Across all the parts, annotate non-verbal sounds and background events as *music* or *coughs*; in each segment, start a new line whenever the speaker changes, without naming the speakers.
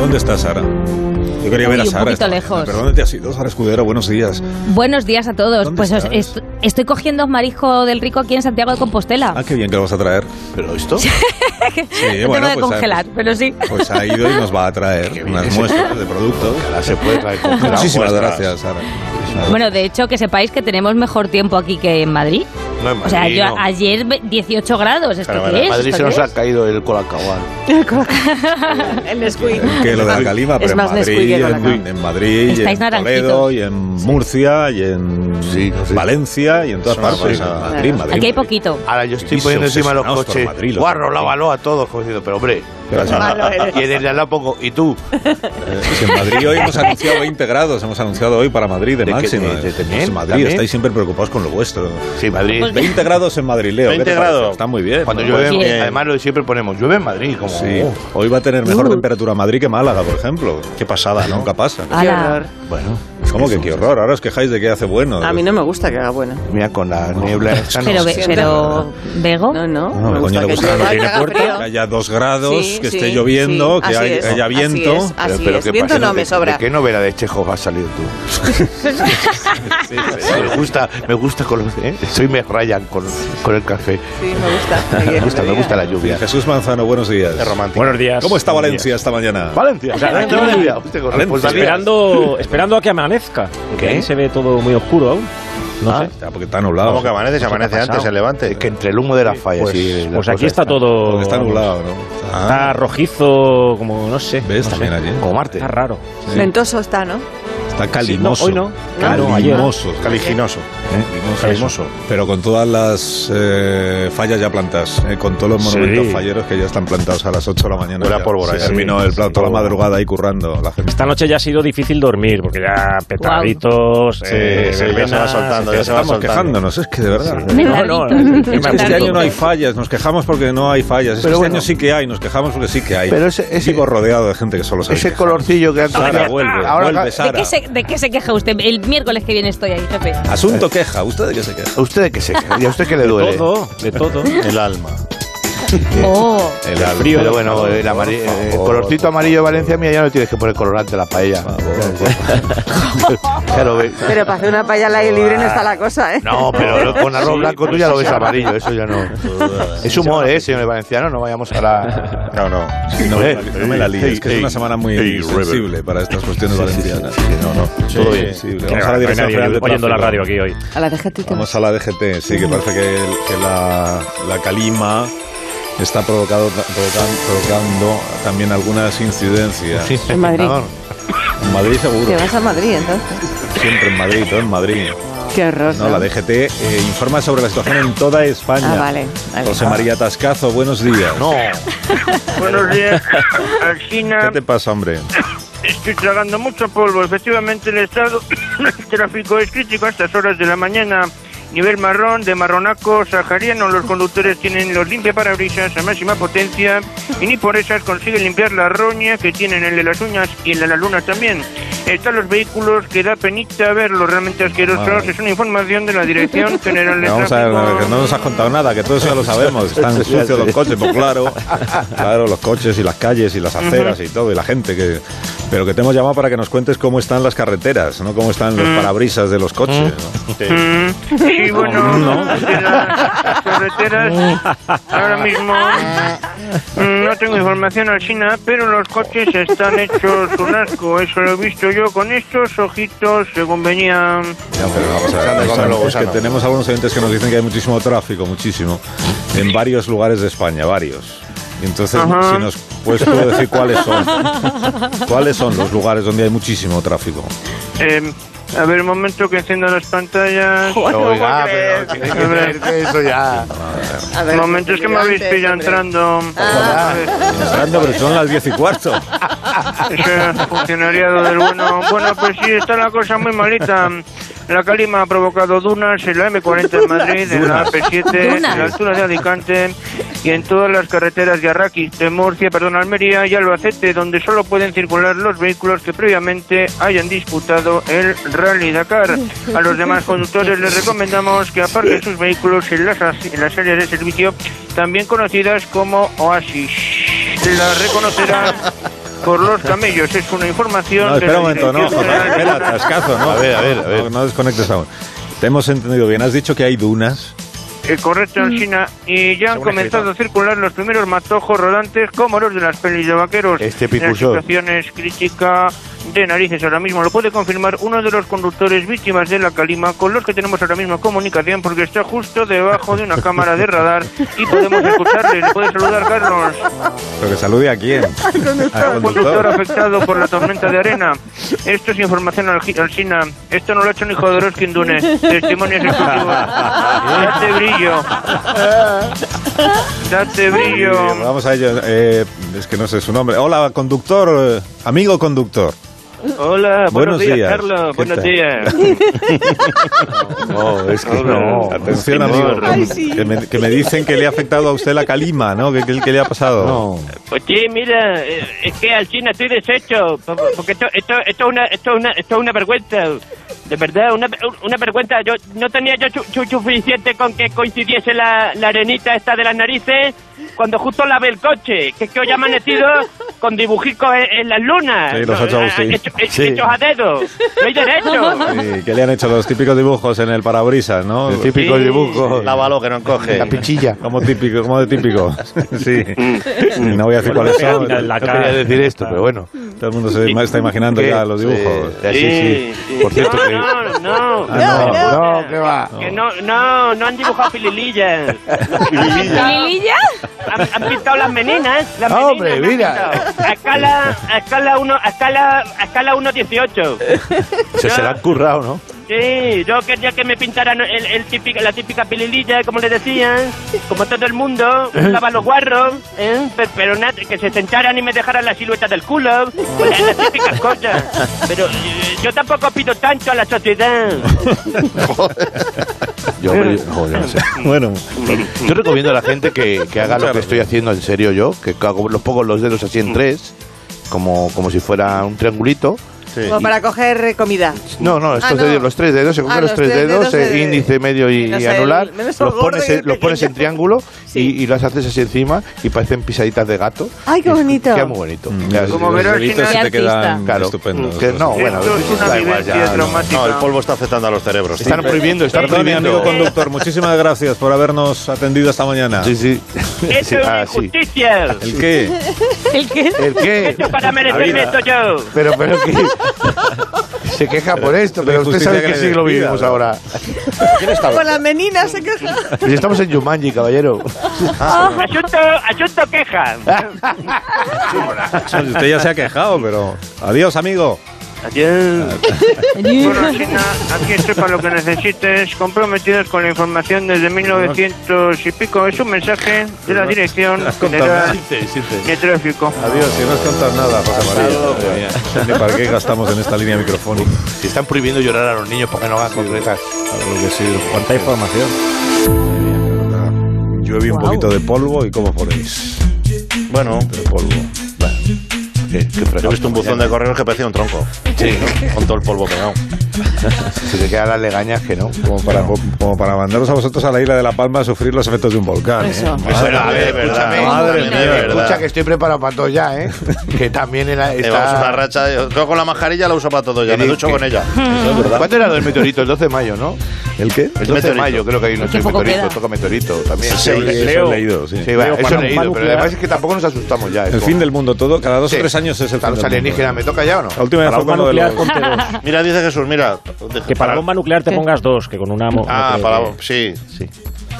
¿Dónde está Sara? Yo quería
Uy,
ver a
un
Sara.
poquito
esta mañana,
lejos.
¿Pero dónde te has ido, Sara Escudero? Buenos días.
Buenos días a todos.
¿Dónde
Pues os-
estás?
est- estoy cogiendo marisco del rico aquí en Santiago de Compostela.
Ah, qué bien que lo vas a traer.
¿Pero esto?
*laughs*
Sí,
Lo tengo que
pues,
congelar,
ha-
pero sí.
Pues ha ido y nos va
*laughs*
a traer
bien.
unas muestras de producto.
Ahora se puede traer
*laughs*
con
Muchísimas
muestras.
gracias, Sara.
Bueno, de hecho, que sepáis que tenemos mejor tiempo aquí que en Madrid.
No, en
O sea,
Madrid
yo
no.
ayer ve- 18 grados. ¿Esto qué
Claro, bueno,
es?
En Madrid
¿Esto
se nos
qué
ha caído el colacabal.
*laughs* El squid.
Que lo de la calima, pero
Es
en
más Nesquik
Madrid,
que
en,
Colacao.
en Madrid, y en
Estáis naranjitos.
Toledo, y en Murcia, y en
Sí, sí.
Valencia, y en todas
Sí,
partes.
sí.
O sea, Madrid,
Claro.
es?
Madrid.
Aquí hay
Madrid.
poquito.
Ahora yo estoy
Y
poniendo
se
encima de los
obsesionados por
coches.
Madrid, los
Guarro,
Madrid.
lávalo a todos, como diciendo, pero hombre.
Pero, Sara,
Malo eres.
Y en el de al lado pongo, ¿y tú?
Si Eh, en Madrid hoy
*laughs*
hemos anunciado 20 grados, hemos anunciado hoy para Madrid
¿De
de,
qué?
máxima.
¿De- de-
Pues
también?
Madrid,
¿También?
estáis siempre preocupados con lo vuestro.
Sí, Madrid.
Pues
20 grados en Madrid, Leo. ¿qué
20
te parece?
grados.
Está muy bien.
Cuando
¿no?
llueve,
Bien.
eh, además lo siempre ponemos, llueve en Madrid, como.
Sí.
"Oh".
Hoy va a tener mejor temperatura Madrid que Málaga, por ejemplo. Qué pasada, ¿no? nunca pasa.
Ah.
Ala.
Bueno,
¿Cómo que qué horror? Ahora os quejáis de que hace bueno.
A mí no me gusta que haga bueno.
mira, con la
*laughs*
niebla esta Ah, no
Pero,
sé.
ve- pero ¿Bego?
No, no.
No,
me
Ah, coño,
gusta
le
que
gusta
llueva,
que
que
tiene
haga
puerta,
frío.
que haya dos grados,
Sí,
que
sí,
esté lloviendo,
sí, así
que hay-
es,
que haya
así
viento.
es, así
Pero- pero
es.
¿qué
Viento
pasa?
no
¿De-
me
de
sobra.
¿Qué novela de Chejov has salido tú?
*laughs*
me gusta, me gusta con los. ¿eh? Soy me rayan con, con el café.
Sí, me gusta.
Me gusta, me gusta la lluvia.
Jesús Manzano, buenos días.
Es romántico.
Buenos días.
¿Cómo está
Buenos
Valencia esta mañana?
Valencia, o sea, esto
Valencia.
es Valencia. Usted con
Valencia.
días.
responsabilidad.
pues Esperando, esperando a que amanezca.
¿Qué?
Que ahí se ve todo muy oscuro aún. No
Ah,
sé.
Está porque está nublado.
¿Cómo que amanece? Se amanece antes, se levante.
Es que entre el humo de las fallas
Pues,
y la
pues
cosa
aquí está,
esta.
todo.
Porque está nublado, ¿no? Ah.
Está rojizo, como no sé. no
¿Ves?
sé.
También ayer.
Como Marte.
Está raro.
Ventoso está, ¿no?
Está calimoso.
Sí, no, hoy no. No, ayer.
Calimoso. ¿Eh?
Caliginoso.
Calimoso. Pero con todas las eh, fallas ya plantas, eh, con todos los
Sí.
monumentos falleros que ya están plantados a las 8 de la mañana.
Huele a
ya.
pólvora,
Se
ya.
terminó el plan, toda la madrugada ahí currando la gente.
Esta noche ya ha sido difícil dormir, porque ya petarditos,
Sí,
eh,
sí, ya se va
verbenas,
soltando, ya se va
Estamos
soltando.
quejándonos, es que de verdad.
Me
No,
da
no,
rico.
es-
Me
es-
da
Este
rico.
año no hay fallas, nos quejamos porque no hay fallas. Es que
Pero
este
bueno.
año sí que hay, nos quejamos porque sí que hay.
Pero ese- ese-
Vivo rodeado de gente que solo sabe.
Ese
quejar.
colorcillo que han
Sara,
cogido-
vuelve,
Ahora
vuelve,
¿De
Sara.
qué, se, ¿De qué se queja usted? El miércoles que viene estoy ahí, jefe.
Asunto queja, ¿usted de qué se queja?
¿A usted de qué se queja? ¿Y a usted qué le duele?
todo,
*laughs*
de todo.
El alma.
Oh.
El alma.
frío.
Pero bueno, el, amari- eh, el colorcito amarillo de Valencia mía ya no tienes que poner colorante a la paella. Ya lo ves.
Pero para hacer una paella al aire libre no está la cosa, ¿eh?
No, pero lo- con arroz
Sí,
blanco tú
pues
ya
sí,
lo ves
sí.
amarillo, eso ya no. Es humor, ¿eh, señores valencianos? No vayamos a la...
No, no.
No, me la-
Eh,
no me la líes,
eh,
que es
eh,
una semana muy
eh,
sensible para estas cuestiones valencianas.
No, no.
Todo bien. sensible. Vamos a la
no hay
Dirección
nadie
General de
oyendo la radio
Tráfico.
aquí hoy.
A la DGT te
Vamos a la DGT, sí, que parece que, el- que la, la calima está provocado, provocan- provocando también algunas incidencias.
En Madrid.
En Madrid seguro,
Te vas a Madrid, entonces.
siempre en Madrid, todo en Madrid.
Qué horror.
No, la DGT eh, informa sobre la situación en toda España.
Ah, vale, vale.
José María Tascazo, buenos días.
No.
Buenos
*laughs*
días,
¿Qué
Alcina.
te pasa, hombre?
Estoy tragando mucho polvo. Efectivamente, el estado *clears throat* del tráfico es crítico a estas horas de la mañana. Nivel marrón, de marronaco sahariano. Los conductores tienen los limpiaparabrisas a máxima potencia y ni por esas consiguen limpiar la roña que tienen el de las uñas y el de las lunas también. Están los vehículos que da penita verlos realmente asquerosos.
Madre.
Es una información de la Dirección General de
No, Vamos a ver,
Tráfico.
que no nos has contado nada, que todo eso ya lo sabemos. Están sucios los coches, pues claro. Claro, los coches y las calles y las aceras y todo, y la gente. que Pero que te hemos llamado para que nos cuentes cómo están las carreteras, no cómo están los parabrisas de los coches. ¿no?
Mm, Sí, bueno, de las carreteras ahora mismo mm, no tengo información al China, pero los coches están hechos un asco, eso lo he visto yo con estos ojitos según venían.
Ya, pero vamos a ver,
Gusano,
es
gusano,
que
gusano.
tenemos algunos oyentes que nos dicen que hay muchísimo tráfico, muchísimo, en varios lugares de España, varios. Y entonces,
Ajá.
si nos puedes tú
*laughs*
decir cuáles son, cuáles son los lugares donde hay muchísimo tráfico.
Eh, A ver, un momento que enciendo las pantallas.
Oiga, pero tiene que creerte eso ya.
A
Un
ver,
momento, es que me habéis pillado
hombre.
entrando. A ver.
Entrando, pero son las 10 y cuarto.
Ese *laughs* funcionariado del bueno. Bueno, pues sí, está la cosa muy malita. La calima ha provocado dunas en la M40 en Madrid, en la
Dunas.
AP7, en
Dunas.
la altura de Alicante y en todas las carreteras de Arraquis, de Murcia, perdón, Almería y Albacete, donde solo pueden circular los vehículos que previamente hayan disputado el Rally Dakar. A los demás conductores les recomendamos que aparquen sus vehículos en las, as- en las áreas de servicio, también conocidas como oasis. Las reconocerán por los camellos. Es una información...
No,
de
espera
la
un momento, no,
Dirección
Jota,
General de
espera,
Tráfico.
trascazo, ¿no?
A ver, a ver, a
No, No,
ver.
desconectes aún. Te hemos entendido bien, has dicho que hay dunas.
Eh, correcto, en China. Y ya han
Según
comenzado a circular los primeros matojos rodantes como los de las pelis de vaqueros.
Este
La
picursor.
situación es crítica de narices ahora mismo. Lo puede confirmar uno de los conductores víctimas de la calima con los que tenemos ahora mismo comunicación porque está justo debajo de una cámara de radar y podemos escucharle. ¿Le puede saludar, Carlos?
Pero que salude a quién. Al
conductor
conductor.
afectado por la tormenta de arena. Esto es información al Alsina. Esto no lo ha hecho ni Jodorowsky en Dune. Testimonios exclusivos.
*laughs*
Date brillo. Date brillo.
Eh, Vamos a ello. eh, es que no sé su nombre. Hola, conductor, eh, amigo conductor.
Hola, buenos,
Buenos
días,
días.
Carlos.
¿Qué
Buenos
tal? *laughs*
días.
No, es
*laughs*
que
no.
Atención, amigo. Que, me, que me dicen que le ha afectado a usted la calima, ¿no? ¿Qué, qué, qué le ha pasado?
Pues sí, mira, eh, es que al China estoy deshecho, po- po- porque esto, esto, esto, es, una, esto, es, una, esto es una vergüenza, de verdad, una, una vergüenza. Yo no tenía yo chu- chu- suficiente con que coincidiese la, la arenita esta de las narices cuando justo lavé el coche, que es que hoy ha amanecido con dibujicos en, en las lunas,
Sí, los ha hecho
a- a-
Agustín.
hecho- he-
Sí.
hechos a dedo, no hay derecho.
Sí, que le han hecho los típicos dibujos en el parabrisas, ¿no?
El típico
Sí.
dibujo.
Lávalo que no encoge.
La pichilla.
Como típico, como de típico. Sí. No voy a decir cuáles son.
En la
No
cara.
quería decir esto, pero bueno.
Todo el mundo se ima- está imaginando
¿Qué?
ya los dibujos.
Sí, sí, sí. Por cierto, que...
no, no,
Ah, no.
No, que va.
que no, no, no han
*laughs*
dibujado fililillas.
¿Lililla? *laughs*
Han, han pintado las meninas. Las
Ah,
meninas
hombre,
las han
mira.
pintado. A escala, a escala 1, a escala, a escala 1.18.
Se, se la han currado, ¿no?
Sí, yo quería que me pintaran el, el típica- la típica pilililla, como le decían, como todo el mundo,
*laughs*
usaban los guarros, ¿eh? Pe- pero nada, que se sentaran y me dejaran la silueta del culo, pues las, las típicas cosas. Pero eh, yo tampoco pido tanto a la sociedad.
*laughs* Yo, hombre, yo- joder, no sé.
Bueno,
Yo recomiendo a la gente que, que haga lo que estoy haciendo en serio yo, que hago los pongo los dedos así en tres, como, como si fuera un triangulito.
Como para coger eh, comida.
No, no, estos
Ah, no.
dedos, los tres dedos, se
Ah,
cogen los tres dedos, eh,
de-
índice, medio y,
no
y
sé,
anular,
el- me ves
los
gordo
pones,
y
en- los pones en
pequeño.
triángulo
Sí.
y, y las haces así encima y parecen pisaditas de gato.
Ay, qué
Y-
bonito.
Queda muy bonito.
Mm,
Como
los
verás,
deditos
Qué
se te quedan
artista.
Claro.
estupendos.
Que *laughs* no, bueno,
Esto es una
da igual, ya,
vivencia
no.
traumática.
No, el polvo está afectando a los cerebros.
Están prohibiendo, están
Perdone, amigo
prohibiendo.
conductor, muchísimas gracias por habernos atendido esta mañana.
Sí, sí. Sí, ah, sí.
injusticia.
¿El qué?
¿El qué?
¿El qué?
Para merecerme esto yo.
Pero, pero que se queja por esto,
la
pero usted
injusticia
sabe
que
qué
le
siglo
despida,
vivimos
¿no?
ahora.
Con la menina se queja.
Pues estamos en Jumanji, caballero.
Asunto, asunto queja.
Usted ya se ha quejado, pero. Adiós, amigo.
Bueno, China, aquí estoy para lo que necesites, comprometidos con la información desde 1900 y pico. Es un mensaje de la Dirección
No has contado nada.
General de Tráfico.
Adiós, si no has contado nada,
*laughs*
José María. No sé ni ¿Para qué gastamos en esta línea microfónica?
Si están prohibiendo llorar a los niños para que no hagan concretas.
Claro que sí. ¿Cuánta información? Llueve un poquito de polvo y ¿cómo ponéis?
Bueno,
De polvo.
Qué- qué fregado.
yo he visto un buzón de correos que parecía un tronco. Sí, Con todo el polvo pegado.
*laughs* Se te quedan las legañas que no.
Como para, como para mandaros a vosotros a la isla de La Palma a sufrir los efectos de un volcán. ¿eh?
Eso.
Madre
Bueno, a
mía.
ver, verdad.
escúchame.
Madre
También
mía,
es verdad.
Escucha que estoy preparado para todo ya, ¿eh? Que también era,
Llevamos una
está...
racha. Yo creo que con la mascarilla la uso para todo ya. Me
Tenéis
ducho
que- *laughs*
con ella.
¿Cuándo era lo del meteorito? El 12 de mayo, ¿no?
¿El qué?
El 12 de
meteorito.
mayo creo que hay una noche de
poco
meteorito.
queda.
Toca meteorito también.
Sí,
Sí,
eso he
Leo.
leído, sí.
va, eso he
para un
leído, pero
nuclear.
además es que tampoco nos asustamos ya.
El fin del mundo todo, cada dos o tres años es el
Están los
fin del mundo.
alienígenas, ¿me toca ya o no?
La última vez
Para
fue
bomba
con lo de
nuclear
los...
con T2.
Mira, dice Jesús, mira.
Que para bomba nuclear te pongas dos, que con una... mo-
Ah,
no creo
para
que-
bomba. Sí.
Sí.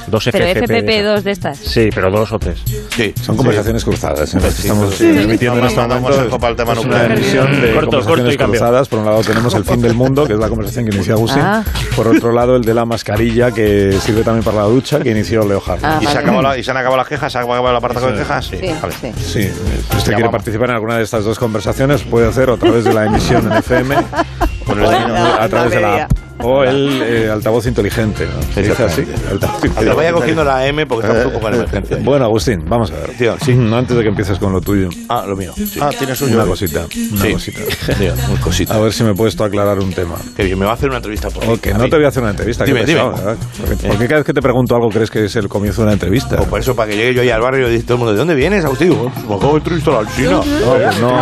Dos
Pero
FFP.
FFP2 de estas.
Sí, pero dos o tres.
Sí.
Son conversaciones cruzadas. en las que Estamos
sí.
transmitiendo en este
Mandamos
momento.
el foco al tema
Es una
nuclear.
emisión de
Corto, corto y
conversaciones
cambio.
cruzadas. Por un lado tenemos el fin del mundo, que es la conversación que inició Agustín.
Ah.
Por otro lado, el de la mascarilla, que sirve también para la ducha, que inició Leo Harley.
Ah,
¿Y, se
vale.
acabó la- ¿Y se han acabado las quejas? ¿Se ha acabado el apartado de quejas?
Sí,
Vale.
sí.
Sí, eh, si usted quiere
Llamamos.
participar en alguna de estas dos conversaciones, puede hacer a través de la emisión en FM,
Por el destino.
Hola.
a través de la app, o el eh, altavoz inteligente. ¿no? ¿Se dice así?
Exactamente.
Altavoz
Te vaya
inteligente.
cogiendo la M porque está un poco con emergencia.
Bueno, Agustín, vamos a ver.
Tío, sí.
Mm, Antes de que empieces con lo tuyo,
*laughs* Ah, lo mío. Sí.
Ah, tiene suyo.
una cosita, una
Sí.
cosita.
Tío, muy cosita.
A ver si me he puesto a aclarar un tema.
Qué bien, me va a hacer una entrevista por
Ah. Ok,
mí,
no
mí.
te voy a hacer una entrevista. qué
Dime,
pesado,
dime.
¿verdad? Porque, porque cada vez que te pregunto algo crees que es el comienzo de una entrevista.
O por eso, para que llegue yo ahí al barrio y dice todo el mundo, ¿de dónde vienes, Agustín? Pues, Me acabo de entrevistar a Alsina.
No,
*laughs*
pues no.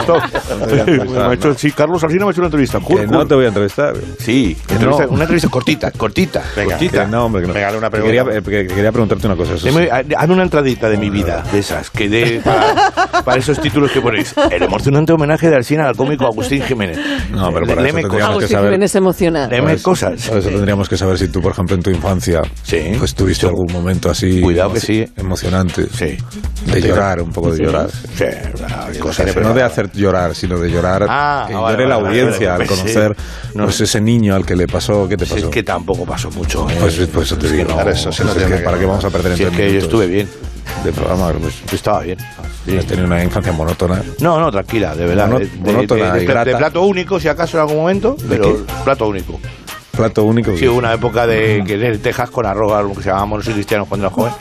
No te
Me
voy a
ha
entrevistar,
hecho- sí, Carlos Alsina me ha hecho una entrevista.
no.
Cool,
Que
cool.
no te voy a entrevistar.
Sí,
Que
entrevista-
no.
una entrevista cortita, cortita,
Venga,
cortita.
Que no, hombre, que no.
Venga, dale una
Que
pregunta.
Quería, eh, que- que quería preguntarte una cosa. eso sí.
Deme- ha- Hazme una entradita de mi vida, de esas, que
*laughs*
dé para, para esos títulos que ponéis. El emocionante homenaje de Alsina al cómico Agustín Jiménez.
No, pero para
Léeme cosas.
eso tendríamos que
Agustín
saber.
Jiménez emocionado.
Léeme
para eso-
cosas.
para eso Pues tendríamos que saber si tú, por ejemplo, en tu infancia
Sí.
pues tuviste
Sí.
algún momento así
Cuidado
emo-
que sí.
emocionante.
Sí.
De llorar, un poco de llorar.
Sí, ah, cosas.
no de hacer llorar, sino de llorar.
Ah,
que
ah, vale,
llore la
vale, vale,
audiencia
vale.
al conocer
Sí. No.
pues, ese niño al que le pasó. ¿Qué te
Si
pasó?
es que tampoco pasó mucho. ¿eh?
Pues, pues eso te digo, no,
claro, eso sí no
pues es
tiene
que
que-
¿para qué vamos a perder en
Si es
tres
que yo
minutos
estuve bien,
De programa, pues,
yo estaba bien. Sí.
has tenido una infancia monótona.
No, no, tranquila, de verdad.
Mono-
de, de-
monótona,
de- de-
ingrata.
de plato único, si acaso en algún momento, pero plato único.
Plato único.
Sí, hubo una época de que en el Texas con arroz, algo que se llamábamos los cristianos cuando era joven,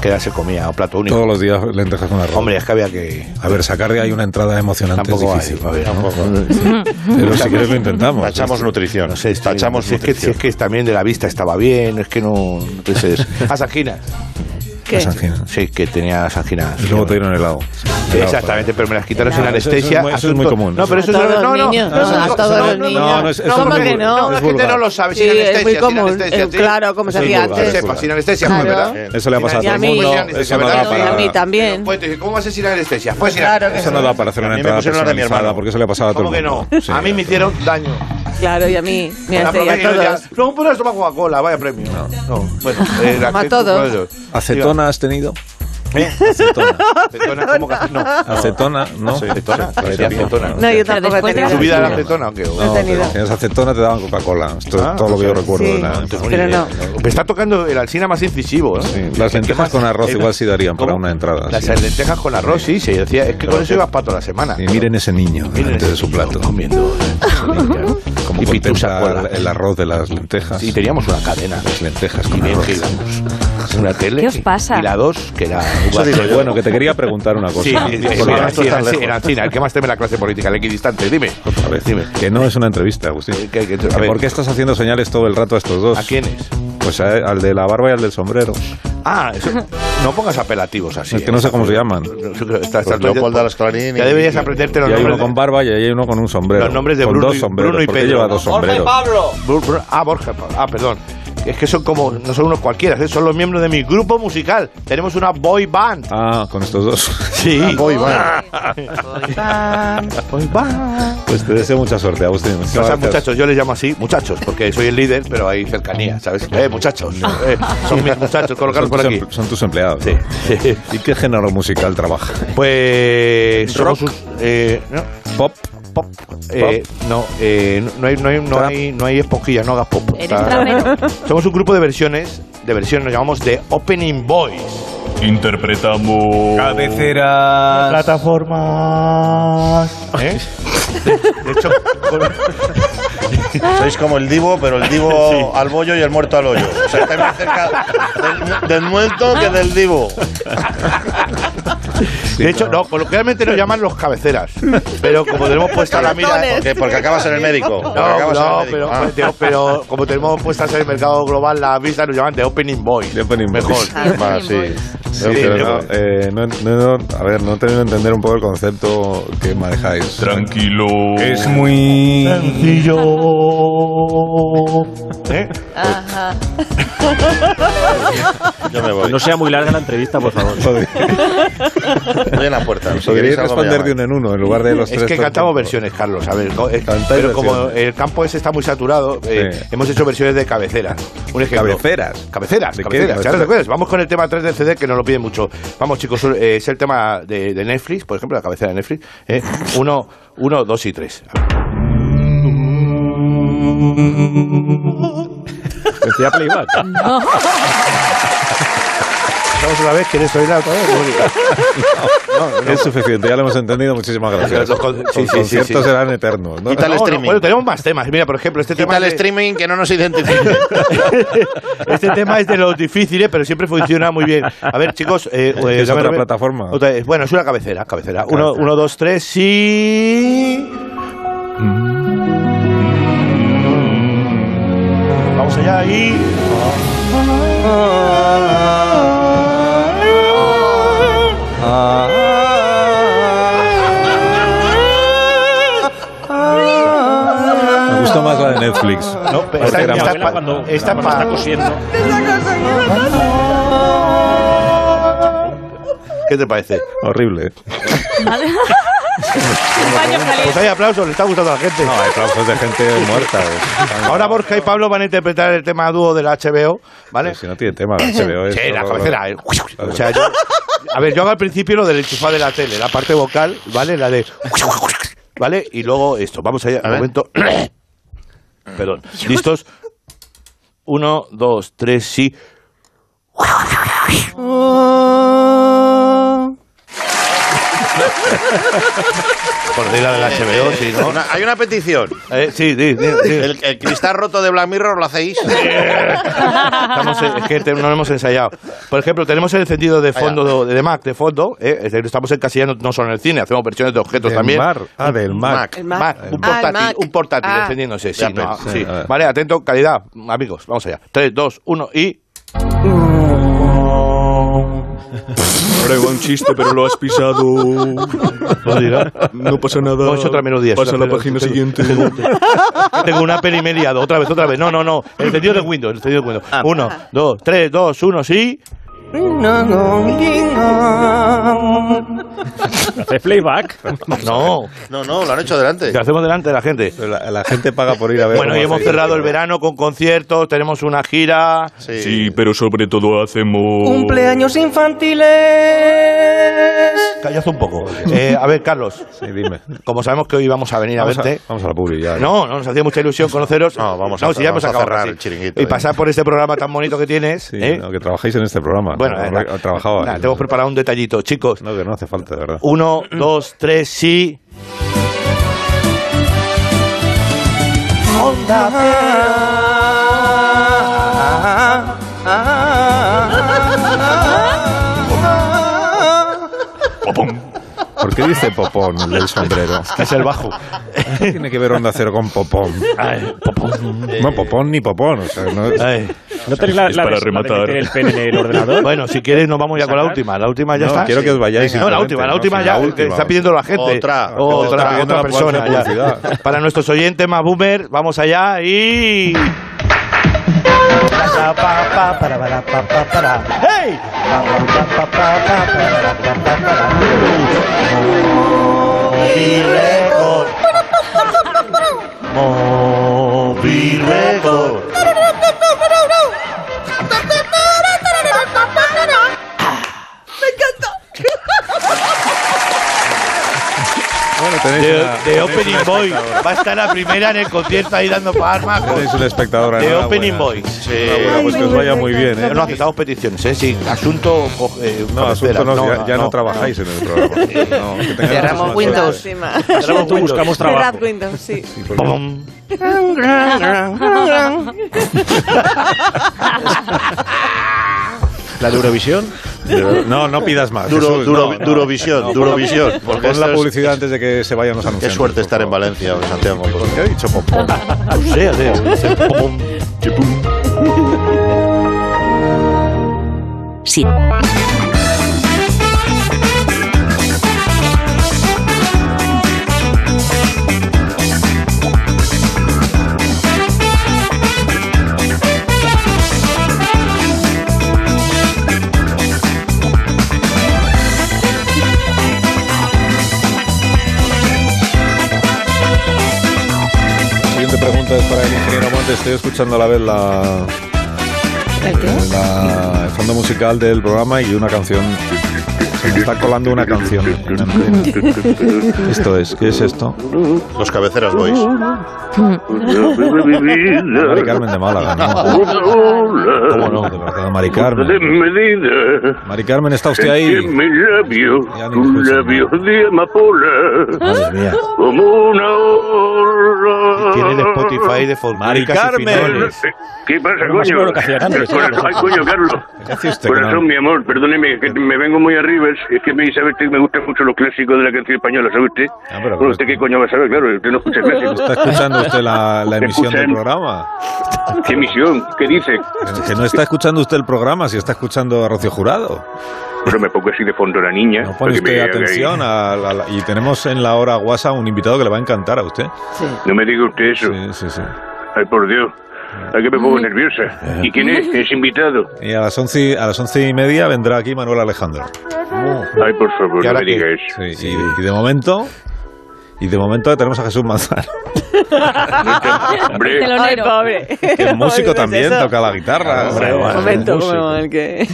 que era se comía, un plato único.
Todos los días lentejas con arroz.
Hombre, es que había que.
A ver, sacar de ahí una entrada emocionante
Tampoco
es difícil.
hay, a ver,
¿no?
tampoco.
Pero si quieres lo intentamos.
Tachamos nutrición.
No sé, es que-
Tachamos
si es, que, si
nutrición.
es que también de la vista estaba bien, es que no. Entonces, las anginas.
¿Qué?
Las anginas.
Sí, que tenía las anginas.
Y luego te dieron helado.
Sí, Exactamente, pero me las quitaron sin
Claro, eso- eso es
anestesia.
muy- eso es muy
asunto-
común.
No, pero eso
A
no,
todos
no, no,
los niños,
no,
no, a todos
no,
los
no,
niños.
no,
no, es- eso
no,
es
porque
muy
no,
vulgar.
la
Es
gente
vulgar.
no lo sabe
Sí,
sin
es
anestesia.
muy
sin
común,
anestesia,
eh,
sí.
claro, como
Eso
se
es
hacía
vulgar,
Que
es
antes.
sepa,
vulgar.
sin anestesia.
Claro.
hombre, ¿verdad?
Eso le ha
Sin
pasado a
Y a
anestesia,
mí,
sin
todo el mundo.
anestesia,
Eso no
¿verdad?
da para-
y a mí también.
Pues, te dice, ¿Cómo vas a ir sin anestesia? Pues sin
Claro que
Eso
anestesia.
no da para hacer
A
una
mí me
entrada
pusieron la de mi
personalizada,
hermano.
porque eso le ha pasado a todo
¿Cómo que
el
no?
mundo. Sí,
A mí me hicieron daño.
Claro, y
*laughs*
a mí. Me
Con la
hacía
propia
a
que yo
todos.
decía, Luego podrás tomar Coca-Cola, vaya premio. No, bueno, eh, la
Toma
que-
todos.
¿Acetona has tenido?
¿Eh?
Acetona.
Acetona, ¿cómo que no?
¿Acetona? No.
Acetona,
Parecía
acetona.
acetona.
No, yo
Pero
tampoco he
después de
tenido.
la-
¿Tu vida era acetona o qué?
No,
tenido.
pero si eres acetona te daban Coca-Cola. Esto es
Ah,
todo lo que
sí.
yo recuerdo. de
Sí.
la-
tengo ni
Pero
idea.
no.
Me está tocando el alcina más incisivo, ¿no?
Sí, las lentejas con arroz igual sí darían para una entrada,
Las
sí.
lentejas con arroz, sí, se decía, es que con eso ibas para toda la semana.
Y miren ese niño
Miren
delante de
ese
su
niño
plato.
Comiendo.
*laughs* Como
Y pitusa
contempla
cola.
el, el arroz de las lentejas.
Y teníamos una cadena.
Las lentejas con
Y bien
arroz.
que íbamos. Una tele.
¿Qué os pasa?
Y la dos, que era.
Eso digo yo. Bueno, que te quería preguntar una cosa.
Sí,
Porque
sí, sí,
ahora
era
esto
China,
está
sí,
lejos.
era China, el que más teme la clase política, el equidistante. Dime.
Otra vez.
Dime.
Que no es una entrevista, Agustín.
Eh, que- que- a
¿Que
ver.
¿Por qué estás haciendo señales todo el rato a estos dos?
¿A quiénes?
Pues a- al de la barba y al del sombrero.
Ah, eso, no pongas apelativos así. ¿eh?
es que no sé cómo se llaman.
Está, está-
Pues Leopoldo Alas Clarín y-
ya deberías aprenderte los
Y hay
nombres.
uno con barba y ahí hay uno con un sombrero.
Los nombres de
con
Bruno
dos
y-
sombreros.
Bruno y
¿Por qué
Pedro?
lleva dos sombreros?
Bur- bur- Ah, Borja. pa- Ah, perdón. Es que son como, no son unos cualquiera, ¿eh? son los miembros de mi grupo musical. Tenemos una boy band.
Ah, con
*laughs*
estos dos.
Sí.
Voy, va.
*laughs* Boy band.
Pues te deseo mucha suerte, Agustín.
O sea, muchachos, yo les llamo así, muchachos, porque soy el líder, pero hay cercanía, ¿sabes? Eh, muchachos. eh, son em- mis muchachos,
son,
colocarlos por
tus
aquí.
empl- son tus empleados.
Sí,
¿no?
sí.
¿Y qué género musical trabaja?
Pues. somos un- eh, no,
¿Pop?
pop. eh, no, eh, no hay, no hay, no
Trap.
hay, no hay esponjilla, no hagas pop.
Eres
Está-
trapero.
*laughs* Somos un grupo de versiones, de versiones, nos llamamos The Opening Boys.
Interpretamos.
Cabeceras.
Plataformas. ¿Eh? De hecho,
Sois como el divo, pero el divo
*laughs*
al bollo y el muerto al hoyo. O sea, estáis más cerca del, mu- del muerto que del divo.
de hecho, no, coloquialmente nos llaman los cabeceras. Pero como tenemos puesta la mira.
Porque, porque acabas en el médico. Porque
No,
acabas en el
no,
médico.
pero,
Ah.
pues, de- pero como tenemos puestas en el mercado global la vista, nos llaman The Opening Boys.
The Opening Boys.
Mejor.
Ah, sí.
Sí, pero
yo-
no, eh, no, no, no, a ver, no termino de entender un poco el concepto que manejáis.
Tranquilo.
Es
muy.
¿Eh?
Yo me voy. Ah,
No sea muy larga la entrevista, por favor.
Joder.
Estoy en la puerta. Si
Podríais
queréis algo me
responder de
llamáis.
uno en uno en lugar de los
es
tres.
que
todo el
cantamos
tiempo.
versiones, Carlos. A ver, co- eh,
Cantáis
pero como
versiones.
el campo ese está muy saturado, eh,
Sí.
hemos hecho versiones de cabecera. Un ejemplo.
Cabeceras.
Cabeceras,
¿De qué
cabeceras, ya
cabeceras?
te acuerdas. Vamos con el tema 3 del CD que nos lo piden mucho. Vamos, chicos, eh, es el tema de, de Netflix, por ejemplo, la cabecera de Netflix. eh, uno, uno, dos y tres.
*laughs* Decía playback.
Vamos una vez, ¿quieres oírla otra vez?
Es suficiente, ya lo hemos entendido. Muchísimas gracias.
Los con- sí,
Los
sí, sí,
conciertos
sí.
serán eternos. ¿no?
Quita el
No, no,
streaming.
bueno, tenemos más temas. Mira, por ejemplo, este tema.
Quita el
de-
streaming que no nos
*laughs*
identifique.
Este tema es de los difíciles, pero siempre funciona muy bien. A ver, chicos. Eh,
que es
dame-
otra
dame-
plataforma.
otra vez. Bueno, es una cabecera, cabecera. Uno, uno, dos, tres y. Vamos allá y.
Me gustó más la de Netflix.
No, pero
Porque era
Mi
más-
abuela cuando,
esta
cuando
pa-
está cosiendo.
¿Qué te parece?
horrible.
Paños
Pues
calientes.
hay aplausos, le está gustando a la gente.
No, hay aplausos de gente muerta.
Ahora Borja y Pablo van a interpretar el tema dúo de la HBO, ¿vale?
Si no tiene tema, la HBO es
Sí, la
todo-
cabecera. eh. O sea, yo- a ver, yo hago al principio lo del enchufado de la tele, la parte vocal, ¿vale? La de. ¿Vale? Y luego esto. Vamos allá, un
ver.
momento. *coughs* Perdón. ¿Listos? Uno, dos, tres, y.
Ah.
Por decir la de la HBO, sí, ¿no?
Una- hay una petición.
Eh, sí, sí, sí, sí.
El, el cristal roto de Black Mirror lo hacéis.
Estamos, es que te- no lo hemos ensayado. Por ejemplo, tenemos el encendido de fondo de, de Mac, de fondo. ¿eh? Es decir, Estamos encasillando no solo en el cine, hacemos versiones de objetos
Del
también.
mar. Ah, del mar.
Mac.
El
Mac,
Mac.
un
Ah, el
portátil,
Mac.
un portátil
Ah.
encendiéndose. Sí,
Ya,
no,
pues,
sí.
sí, a ver.
Vale, atento, calidad, amigos. Vamos allá. 3, 2, 1 y.
*laughs* Ahora iba un chiste, pero lo has pisado. No pasa nada.
No, es otra melodía, es
Pasa a
una
la
melodía. *laughs*
página siguiente.
Tengo una peli me he liado. Otra vez, otra vez. No, no, no. El encendido de Windows. El encendido de Windows.
Ah.
1, 2, 3, 2, 1 sí.
¿Haces playback?
No.
No, no, lo han hecho delante.
Lo hacemos delante de la gente.
Pero La, la gente paga por ir a ver.
Bueno,
cómo
y hemos
hacéis.
cerrado el verano con conciertos. Tenemos una gira.
Sí.
Sí, pero sobre todo hacemos.
infantiles.
Callazo un poco. Eh, a ver, Carlos.
Sí, dime.
Como sabemos que hoy vamos a venir a
Vamos a,
verte.
vamos a la publi ya.
No, no, nos hacía mucha ilusión conoceros.
No, vamos a-
si ya hemos
vamos a
acabado,
cerrar
sí.
el chiringuito,
Y
eh.
pasar por este programa tan bonito que tienes.
Sí,
¿eh?
no, que trabajáis en este programa.
Bueno,
No,
nada,
trabajaba.
nada, te hemos preparado un detallito, chicos.
No, que no hace falta, de verdad.
Uno, dos, tres, sí.
¿Por qué dice popón el del sombrero?
*laughs* Es el bajo.
¿Qué tiene que ver Onda Cero con popón? No, popón ni popón. O sea, no,
Ay.
¿No tenéis la,
Es
la
para
de- la de
rematar.
meter el pene en el
*laughs*
ordenador?
Bueno, si quieres nos vamos ya con la última. La última ya
no,
está.
quiero que os vayáis.
No, la
simplemente,
última, la
¿no?
última
Sí,
ya,
última,
que está
vale.
pidiendo la gente.
Otra,
otra,
está
otra,
pidiendo la
persona. ya.
publicidad.
Para nuestros oyentes más boomer, vamos allá y... ¡Hey!
Bueno, tenéis,
De,
una-
de Opening Boy. Va a estar la primera en el concierto ahí dando palmas. con-
tenéis una espectadora.
De
enhorabuena.
Opening Boy. Sí.
Enhorabuena, pues que os vaya muy bien. ¿eh?
No aceptamos peticiones, ¿eh? Sí, asunto. co- eh,
No, asunto
cabecera.
no, ya, ya no, trabajáis en el
*laughs*
programa. Que tengáis
Cerramos
muchísima
Windows.
suerte.
Lástima.
Nosotros buscamos trabajo.
Cerrad Windows, sí.
Sí, porque-
Pum.
¿La de Eurovisión?
Pero- No, no pidas más.
Duro,
Jesús,
duro,
no, no.
Durovisión, Durovisión. Porque
Pon
esto
la
es-
publicidad antes de que se vayan los
Qué
anunciantes.
suerte
por
estar en
favor.
Valencia, Santiago.
¿Por qué he dicho
*laughs*
popón?
O sea, de- de- pum.
Sí.
siguiente pregunta es para el ingeniero Montes. Estoy escuchando a la vez la,
¿El qué?
la- el fondo musical del programa y una canción. Se me está colando una canción. Esto es, ¿qué es esto?
Los cabeceras boys.
Mari Carmen de Málaga, ¿no? ¿Cómo no? De verdad, Mari Carmen.
medida
Mari Carmen, ¿está usted ahí?
que mi labio,
Ya ni me
tu
escucho.
labio de amapola,
Madre mía.
como una ola.
Tiene el Spotify de
Mari
folclóricas y
Carmen.
finoles.
¿Qué pasa,
Pero más o menos
coño?
lo que hacía antes.
Corazón- Ay, coño, Carlos.
¿Qué ¿eh? hace usted que no-
Corazón, mi amor, perdóneme, que me vengo muy arriba. Es- Es que me dice, usted me gustan mucho los clásicos de la canción española, ¿sabe usted?
Ah, pero-
bueno, ¿usted qué coño va a saber? Claro, usted no escucha
*laughs*
clásicos.
¿Está escuchando usted la, la emisión
Escucha
del
en-
programa?
¿Qué misión? ¿Qué dice?
Que no está escuchando usted el programa, si está escuchando a Rocío Jurado.
Pero me pongo así de fondo la niña.
No pone
porque
usted
me-
atención a la- la- y tenemos en la hora guasa un invitado que le va a encantar a usted.
Sí.
No me diga usted eso.
Sí, sí, sí.
Ay, por Dios. Ay, que me pongo nerviosa.
Eh.
¿Y quién es? Es invitado.
Y a las once, a las once y media vendrá aquí Manuel Alejandro.
Ay, por favor,
¿Y
no
ahora
me
qué?
diga eso.
Sí, Y, de- y de momento, y de momento tenemos a Jesús Manzano,
*laughs* Hombre,
Ay,
Telonero.
pobre.
que es músico
Pobre,
también,
pues eso.
toca la guitarra.
Hombre,
Bueno,
Un
bueno,
momento,
músico.
como el que...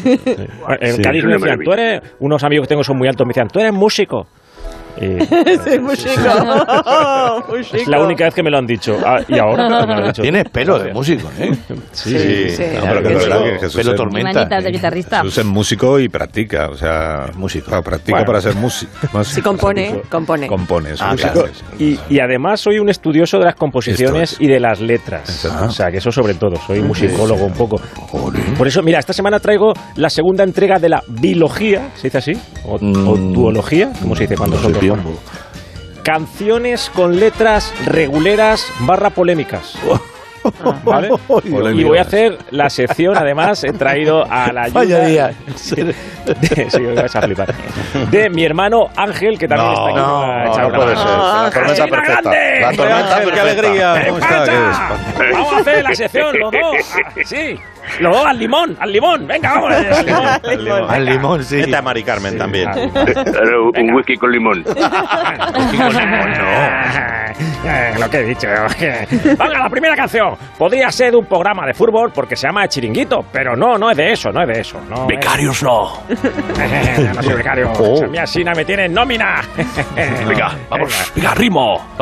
*laughs*
En
Sí,
Cádiz
es
me
una
decían, tú eres, unos amigos que tengo son muy altos, me decían, tú eres músico. Y
Sí, muy *laughs* chico. Muy
es
chico.
la única vez que me lo han dicho. Ah, y ahora me lo han dicho.
Tienes pelo de músico, ¿eh? *laughs*
Sí, sí.
No, pero que es verdad que Jesús
pelo
es-
Y
tormenta.
manitas de guitarrista.
Jesús es músico y practica, o sea, músico. practica
Bueno.
para ser músico.
Sí, compone, compone.
Compone, es
Ah,
músico.
claro.
Sí, sí.
Y, y además soy un estudioso de las composiciones
Esto es.
y de las letras.
Exacto.
O sea, que eso sobre todo, soy musicólogo un poco. Por eso, mira, esta semana traigo la segunda entrega de la bilogía, ¿se dice así? O, o
Mm.
duología, ¿cómo se dice cuando
No
son
sé,
dos
tío.
manos? Canciones con letras reguleras barra polémicas.
*laughs*
¿Vale? Y voy a hacer la sección, además, he traído a la ayuda...
Vaya día.
*laughs* De, sí, hoy vas a flipar. De mi hermano Ángel, que
No,
también está aquí.
no,
para
no,
echar
no
una
puede
mano.
ser.
Ah,
La tormenta
Ángel
perfecta.
Grande.
La tormenta
Ángel, ¡Qué
perfecta.
alegría! ¿Cómo está?
¡Pacha!
Qué despacio.
Vamos a hacer la sección, los dos. Ah, sí. Los dos al limón, al limón. Venga, vamos. Al limón.
Al limón, sí.
Vete a Mari Carmen también.
ahora un whisky con limón.
Eh, *laughs* Lo que he dicho. Venga, la primera canción. Podría ser de un programa de fútbol porque se llama El Chiringuito, pero no, no es de eso, no es de eso. No
Becarios no.
es- *laughs* no soy
*laughs*
becario.
Oh.
A mí así no me tienen nómina.
Venga, vamos. Venga, ritmo.
*laughs*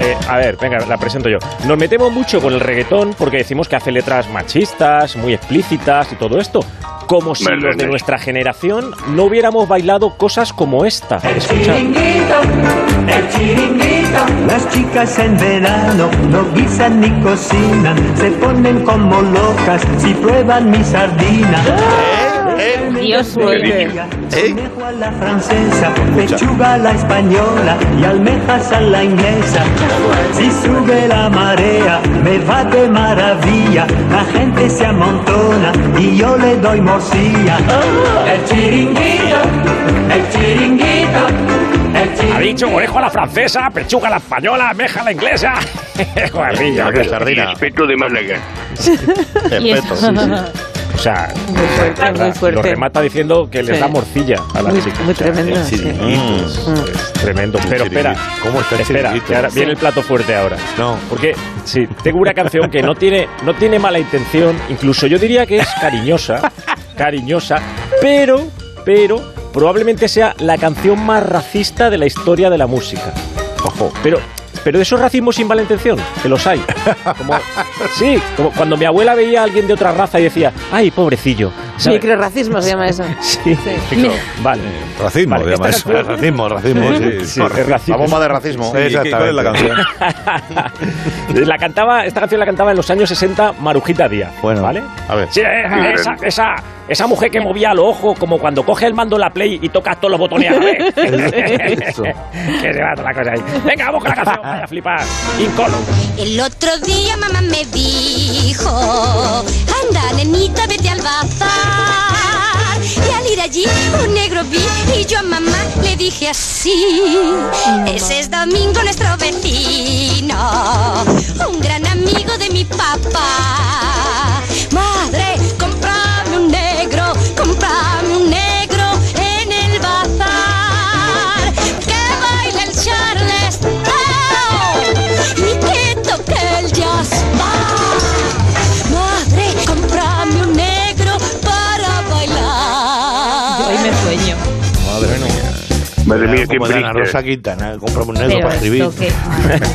Eh, a ver, venga, la presento yo. Nos metemos mucho con el reggaetón porque decimos que hace letras machistas, muy explícitas y todo esto. Como si
Me
los de
renes.
nuestra generación no hubiéramos bailado cosas como esta. Escucha.
Las chicas en verano no guisan ni cocinan, se ponen como locas si prueban mi sardina.
¿Eh?
Dios
mío.
Conejo a la francesa, pechuga a la española y almejas a la inglesa. Si sube la marea, me va de maravilla. La gente se amontona y yo le doy morcilla. El chiringuito, el chiringuito, el
Ha dicho orejo a la francesa, pechuga a la española, meja a la inglesa. *laughs* Guarrillo.
Venga, Sardina.
Respeto de Málaga.
Y es-
Respeto.
o sea,
Muy fuerte, muy
lo
fuerte.
remata diciendo que les
Sí.
da morcilla a las
Muy,
chicas.
muy tremendo. sí.
Es Mm. tremendo. Pero espera,
¿Cómo está el
espera,
chiringuito?
que ahora viene el plato fuerte ahora.
No.
Porque sí, tengo una canción que no tiene, no tiene mala intención, incluso yo diría que es
*laughs*
cariñosa, cariñosa, pero, pero probablemente sea la canción más racista de la historia de la música. Ojo, pero pero de esos racismos sin mala intención, que los hay. Como, sí, como cuando mi abuela veía a alguien de otra raza y decía, ay, pobrecillo. ¿sabes?
Microrracismo se llama eso.
Sí, vale.
Racismo,
Vale,
llama
esta
eso.
canción-
Racismo, racismo.
Sí, sí.
es racismo.
Vamos más de racismo.
Sí, ¿y qué- ¿Cuál es la canción?
*laughs* La cantaba, esta canción la cantaba en los años 60 Marujita Díaz.
Bueno,
¿vale?
a ver.
Sí, eh, esa, esa, esa mujer que movía los ojos como cuando coge el mando la play y tocas todos los botones a la vez.
*laughs* Eso.
*laughs* que se va toda la cosa ahí. Venga, vamos con la canción, vaya a flipar. Incólumes.
El otro día mamá me dijo, anda nenita, vete al bazar. Y al ir allí un negro vi y yo a mamá le dije así, ese es Domingo nuestro vecino, un gran amigo de mi papá. Madre, comprame un negro, comprame un negro en el bazar. Que baila el charleston y que
Ah.
qué, qué
como de Ana
triste.
Rosa Quintana, compramos un negro
Pero
para escribir.
esto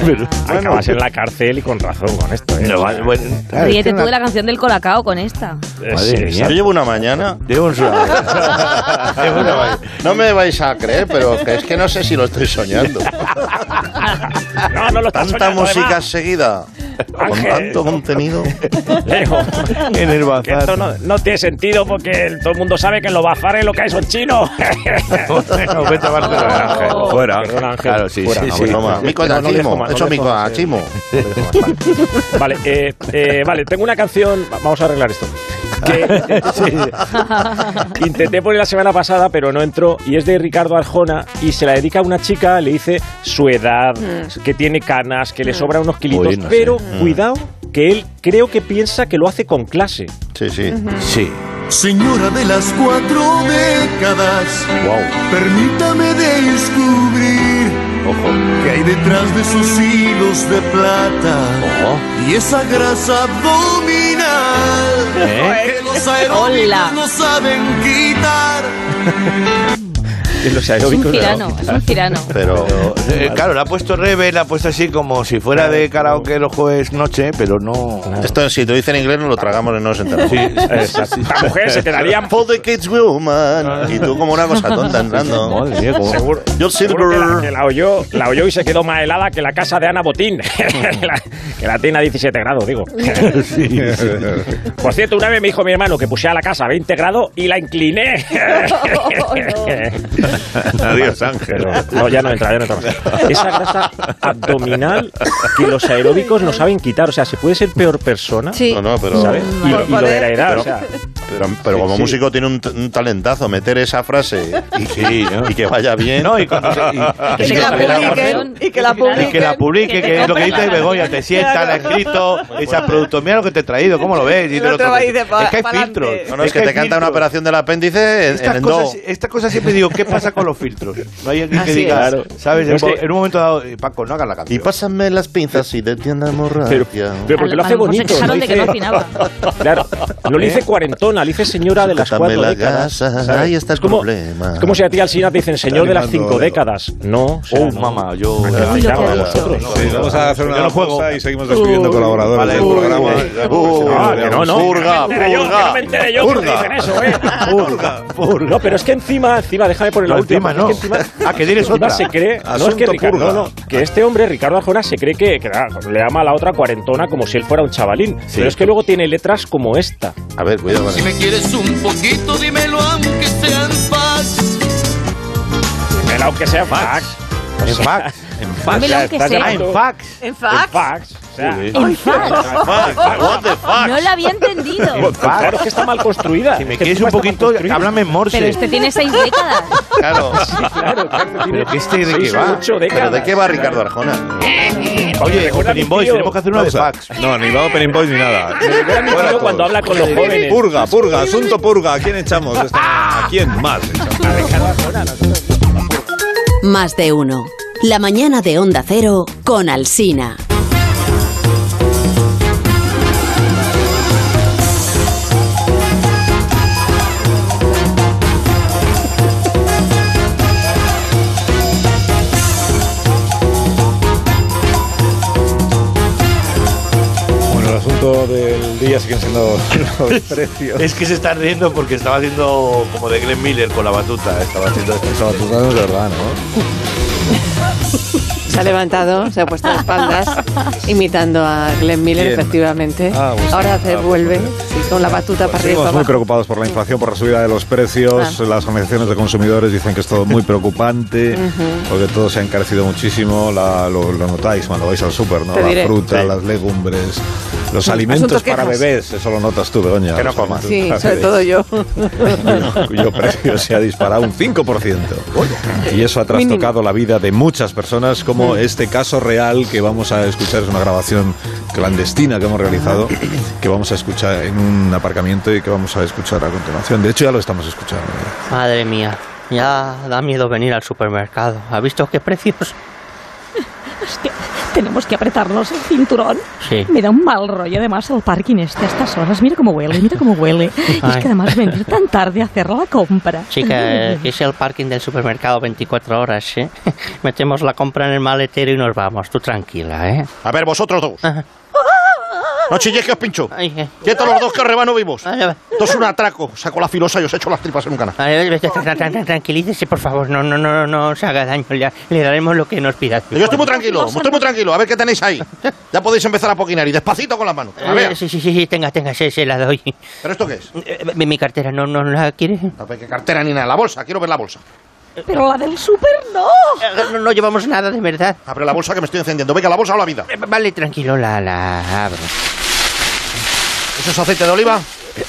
que...
Acabas en la cárcel y con razón con esto. ¿eh?
No, vale, bueno, claro, es que
Ríete tú
una-
de la canción del Colacao con esta.
Eh,
Madre
sí, *laughs*
mía.
exacto.
Yo llevo una mañana.
Llevo un sueño. *laughs*
llevo una mañana. No me vais a creer, pero que es que no sé si lo estoy
*laughs*
soñando.
No, no lo estás
Tanta
soñando,
música
además.
seguida, con
Ángel.
tanto contenido.
Leo,
*laughs* en el
que esto no, no tiene sentido porque el- todo el mundo sabe que en los bazares lo que hay son
*laughs*
chinos.
Bueno, *laughs* vete a Barcelona, Ángel.
*laughs*
Fuera.
Perdón, Ángel.
Claro, sí,
Fuera,
sí,
Ah,
no,
sí.
broma. No, no le
Mi codachismo,
jomas, no
eso
le
mi
jomas,
codachismo.
Vale, eh, eh, vale, tengo una canción. va- Vamos a arreglar esto. Que
*laughs*
intenté poner la semana pasada, pero no entró. Y es de Ricardo Arjona y se la dedica a una chica. Le dice su edad, que tiene canas, que le sobra unos kilitos.
Uy, no sé.
pero
Mm.
cuidado, que él creo que piensa que lo hace con clase.
Sí, sí.
Sí.
Señora de las cuatro décadas, permítame descubrir que hay detrás de sus hilos de plata y esa grasa abdominal
¿Eh?
*laughs* que los aeróbicos
Hola.
no saben quitar.
En los
Es un
aeróbicos, ¿no?
tirano, es un tirano.
Pero
Eh, claro, la ha puesto Rebe, la ha puesto así como si fuera de karaoke los jueves noche, pero no.
esto, si te lo dicen en inglés, no lo tragamos y no nos *laughs* enteramos.
Exacto. Esta mujer se quedaría
For the kids woman. Y tú como una cosa tonta entrando.
Madre mía, cómo-
Seguro,
Yo
seguro que la, que
Silver.
la oyó, la oyó y se quedó más helada que la casa de Ana Botín, *laughs* La- que la tiene a 17 grados,
*laughs*
digo. Por cierto, una vez me dijo mi hermano que pusiera la casa a 20 grados y
*laughs*
la incliné.
Oh,
Adiós, Ángel.
*laughs* Pero no, ya no entra, ya no entra. más. Esa grasa abdominal que los aeróbicos no saben quitar. O sea, se puede ser peor persona,
Sí.
No, no, pero.
¿sabes? Y, y lo de la edad,
Pero-
o sea.
Pero, pero como
Sí.
músico tiene un, t- un talentazo meter esa frase y,
Sí, ¿no?
y que vaya bien.
No, y
*laughs*
cuando se- y-
Es
que
que
la
tuviera
publiquen. Y
y
que la
que la
publiquen.
publique,
Que te
que es lo que
compren la
dice
gana.
Begoña, te sienta, la ha escrito, esa producto, mira lo que te he traído, ¿cómo lo ves? Y
El otro va y dice, pa-
es que hay
pa'lante.
filtros.
No, no, es que
hay
te canta una
filtros.
operación del apéndice en,
Estas
en
cosas,
do.
estas cosas siempre digo, ¿qué pasa con los filtros? No hay alguien que
Así
diga,
es.
¿sabes?
Pero es
en,
que-
en un momento dado, eh, Paco, no hagas la
Y
canción.
pásame las pinzas y detienda
Pero,
hemorragia.
pero porque
A
lo
lo
hace
mejor se
bonito.
quejaron
lo
de que no
*laughs*
dice-
afinaba.
Claro, no le
¿Eh?
dice cuarentona, le dice señora de las
Suéltame
cuatro
la
décadas.
gasa,
¿sabes?
ahí está el
es como,
problema.
Es como si a ti al Sina te dicen señor de las cinco
Animando,
décadas. No, o sea,
Oh,
no.
mamá, yo...
Uy, lo que ha dicho.
Ah,
Sí, vamos a hacer
Yo
una
no juego.
pausa y seguimos despidiendo colaboradores
Vale,
del
uy,
programa.
uy,
Ya, porque si
uy,
no,
Ah,
nos
que eh, no,
liamos.
no.
Purga,
que no me entere yo,
purga,
que no me entere yo que te
purga.
dicen eso, ¿eh?
*laughs* Purga, purga.
No, pero es que encima, encima, déjame poner la
No,
última.
encima
porque
no.
es que encima-
Ah, que tienes
encima
otra.
se cree, no es que
Asunto
Ricardo, no,
purga.
no, que este hombre, Ricardo Arjona, se cree que, que, claro, le ama a la otra cuarentona como si él fuera un chavalín. Pero es que luego tiene letras como esta.
A ver, cuidado con
Si
eso.
me quieres un poquito, dímelo aunque sea en paz.
Pero aunque sea fax.
En fax.
*laughs* O
Dímelo
sea,
aunque
estás
sea.
Ah,
llamando-
en fax.
En
En
fax.
fax. O sea,
Sí,
En fax.
What the fuck?
No lo había entendido.
Claro, es que está mal construida.
Si me
Es que
quieres
encima
un
está mal
poquito,
construida.
háblame en
Pero
morse.
este tiene seis décadas.
Claro.
Claro, claro, tiene
Pero que este de
seis
qué
o
va.
ocho
¿Pero
décadas.
de qué va Ricardo Arjona?
Oye,
Recuerda
Open
mi
Invoice,
tío.
tenemos que hacer una de
Pausa.
fax.
No, ni va Open Invoice ni nada.
Recuerda mi
Fuera
tío
todo.
cuando habla con los jóvenes.
Purga, purga, asunto purga. ¿A quién echamos? esta mañana? ¿A quién más? echamos?
Más de uno. La mañana de Onda Cero con Alsina.
Bueno, el asunto del día siguen siendo los precios.
Es que se está riendo porque estaba haciendo como de Glenn Miller con la batuta. Estaba haciendo
Eso, tú sabes de verdad, ¿no?
Se ha levantado, se ha puesto de
*laughs*
espaldas, imitando a Glenn Miller,
Bien.
efectivamente.
Ah, pues sí.
Ahora se
Ah, pues
vuelve
mira.
sí, con la batuta para arriba y
Estamos
para
muy
abajo.
preocupados por la inflación, por la subida de los precios.
Ah.
Las organizaciones de consumidores dicen que es todo muy preocupante, porque todo se ha encarecido muchísimo. La- lo, lo notáis cuando vais al súper, ¿no?
Te
La
diré.
fruta,
Sí.
las legumbres, los
Asunto
alimentos para
quejas.
bebés. Eso lo notas tú, Begoña.
Que no
Los
comas.
*laughs*
Sí,
alimentos
sobre
para
todo yo.
cuyo- *laughs* cuyo precio se ha disparado un 5%. Y eso ha trastocado la vida de muchas personas, como este caso real que vamos a escuchar, es una grabación clandestina que hemos realizado,
*coughs*
que vamos a escuchar en un aparcamiento y que vamos a escuchar a continuación. De hecho, ya lo estamos escuchando.
Madre mía, ya da miedo venir al supermercado. ¿Ha visto qué precios? tenemos que apretarnos el cinturón.
Sí.
Me da un mal rollo además el parking este a estas horas. Mira cómo huele, mira cómo
*laughs*
huele. Y es
Ay.
que además venir tan tarde a hacer la compra. *laughs*
Chica, eh, que es el parking del supermercado 24 horas, ¿eh? *laughs* Metemos la compra en el maletero y nos vamos, tú tranquila, ¿eh?
A ver, vosotros dos. No chilléis que os pincho.
eh,
Quietos los dos que os rebano vivos. Esto es un atraco. Saco la filosa y os echo las tripas en un canal.
Ay, ay, tra- tra- tra- Tranquilícese, por favor, no, no, no, no os haga daño, ya le daremos lo que nos pida.
Yo estoy muy tranquilo, estoy muy tranquilo. A ver qué tenéis ahí. Ya podéis empezar a poquinar y despacito con las manos. A
Eh,
ver.
sí, sí, sí, sí, tenga, tenga, se, se la doy. Eh,
¿Pero esto qué es?
Mi, mi cartera, ¿no, no la quieres? Eh,
No, pues, ¿qué cartera ni nada? La bolsa, quiero ver la bolsa.
Pero la del súper no.
no. No llevamos nada, de verdad. Eh,
Abre la bolsa que me estoy encendiendo. Venga, la bolsa o la vida.
Vale, tranquilo, la, la abro.
¿Eso es aceite de oliva?
Eh,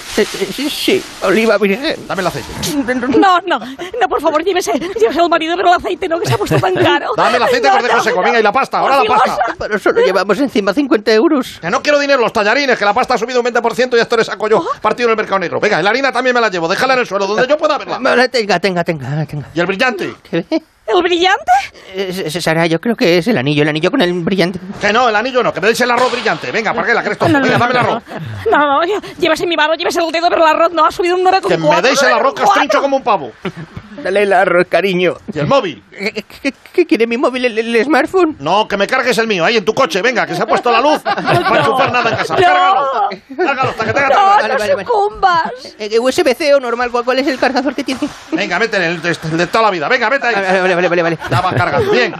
Sí, sí, oliva virgen.
Dame el aceite.
No, no, no, por favor, llévese, llévese al marido, pero el aceite no, que se ha puesto tan caro.
Dame el aceite de
No,
cordejo
no,
seco.
no.
Venga, y la pasta, ahora la pasta.
Pero solo llevamos encima 50 euros.
Que no quiero dinero, los tallarines, que la pasta ha subido un 20% y esto le saco yo,
Oh.
partido en el mercado negro. Venga, y la harina también me la llevo, déjala en el suelo, donde yo pueda verla.
Vale, tenga, tenga, tenga, tenga.
¿Y el brillante?
¿El brillante?
Sara, yo creo que es el anillo, el anillo con el brillante.
Que no, el anillo no, que me deis el arroz brillante. Venga, para que la cresto.
No, no,
Venga,
no,
dame el
no,
arroz.
No, no, ya- llévese mi mano, llévese el dedo, pero el arroz no ha subido un 9,4.
Que me deis el arroz, que os trincho como un pavo.
Dale el arroz, cariño.
¿Y el móvil?
¿Qué, quiere mi móvil, el, smartphone?
No, que me cargues el mío, ahí en tu coche, venga, que se ha puesto
*laughs*
la luz. No para enchufar nada en casa. Cárgalo. Cárgalo hasta que tenga
No,
tarde.
no
sucumbas.
Eh, USB-C o normal, ¿cuál, cuál es el cargador que tiene?
Venga, mete el, de- el de toda la vida, venga, mete ahí.
Vale, vale, vale, vale.
La va cargando, bien.